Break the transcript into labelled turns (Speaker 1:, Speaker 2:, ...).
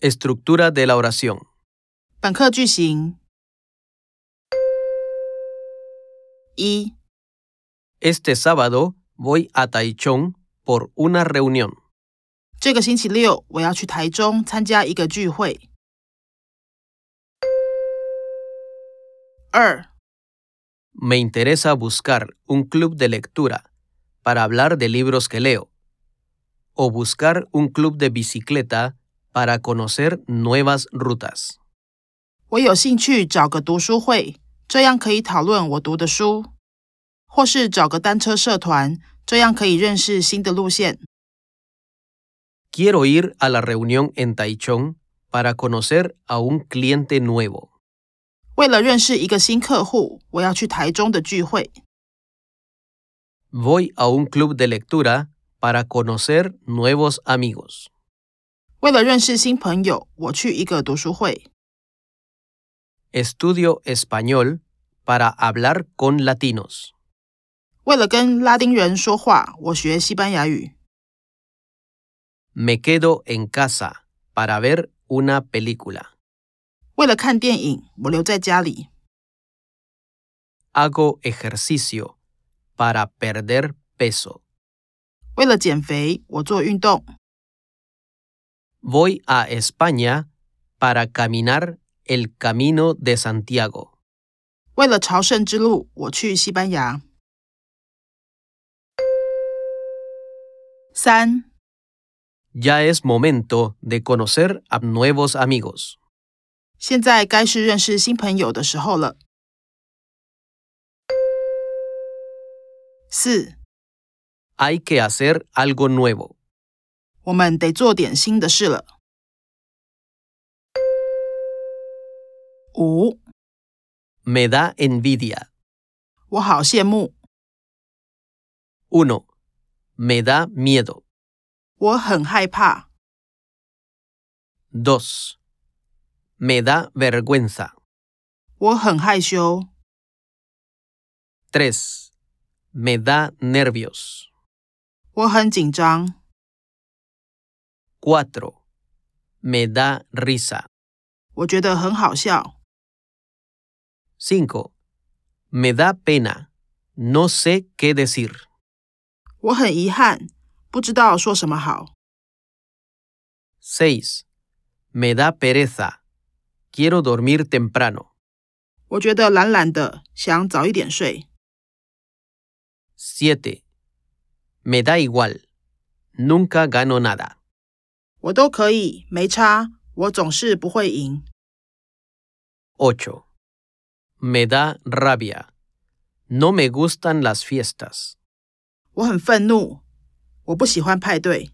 Speaker 1: Estructura de la oración.
Speaker 2: 本课句型一，
Speaker 1: Este sábado voy a Taichung por una reunión.
Speaker 2: 这个星期六我要去台中参加一个聚会。二，
Speaker 1: Me interesa buscar un club de lectura para hablar de libros que leo. O buscar un club de bicicleta para conocer nuevas rutas.
Speaker 2: 我有兴趣找个读书会，这样可以讨论我读的书，或是找个单车社团，这样可以认识新的路线。
Speaker 1: Quiero ir a la reunión en Taichung para conocer a un cliente nuevo.
Speaker 2: 为了认识一个新客户，我要去台中的聚会。
Speaker 1: Voy a un club de lectura para conocer nuevos amigos.
Speaker 2: 为了认识新朋友，我去一个读书会。
Speaker 1: Estudio español para hablar con latinos.
Speaker 2: 为了跟拉丁人说话，我学西班牙语。
Speaker 1: Me quedo en casa para ver una película.
Speaker 2: 为了看电影，我留在家里。
Speaker 1: Hago ejercicio para perder peso.
Speaker 2: 为了减肥，我做运动。
Speaker 1: Voy a España para caminar el camino de Santiago.
Speaker 2: 为了朝圣之路，我去西班牙。三，
Speaker 1: Ya es momento de conocer a nuevos amigos.
Speaker 2: 现在该是认识新朋友的时候了。四，
Speaker 1: Hay que hacer algo nuevo.
Speaker 2: 我们得做点新的事了。五，
Speaker 1: Me da envidia.
Speaker 2: 我好羡慕，
Speaker 1: 1. Me da miedo.
Speaker 2: 我很害怕。
Speaker 1: 2. Me da vergüenza.
Speaker 2: 我很害羞，
Speaker 1: 3. Me da nervios.
Speaker 2: 我很紧张，
Speaker 1: 4. Me da risa.
Speaker 2: 我觉得很好笑。
Speaker 1: 5. Me da pena. No sé qué decir.
Speaker 2: 我很遗憾，不知道说什么好。
Speaker 1: 6. Me da pereza. Quiero dormir temprano.
Speaker 2: 我觉得懒懒的，想早一点睡。
Speaker 1: 7. Me da igual. Nunca gano nada.
Speaker 2: 我都可以，没差，我总是不会赢。
Speaker 1: 8. Me da rabia. No me gustan las fiestas.
Speaker 2: 我很愤怒，我不喜欢派对。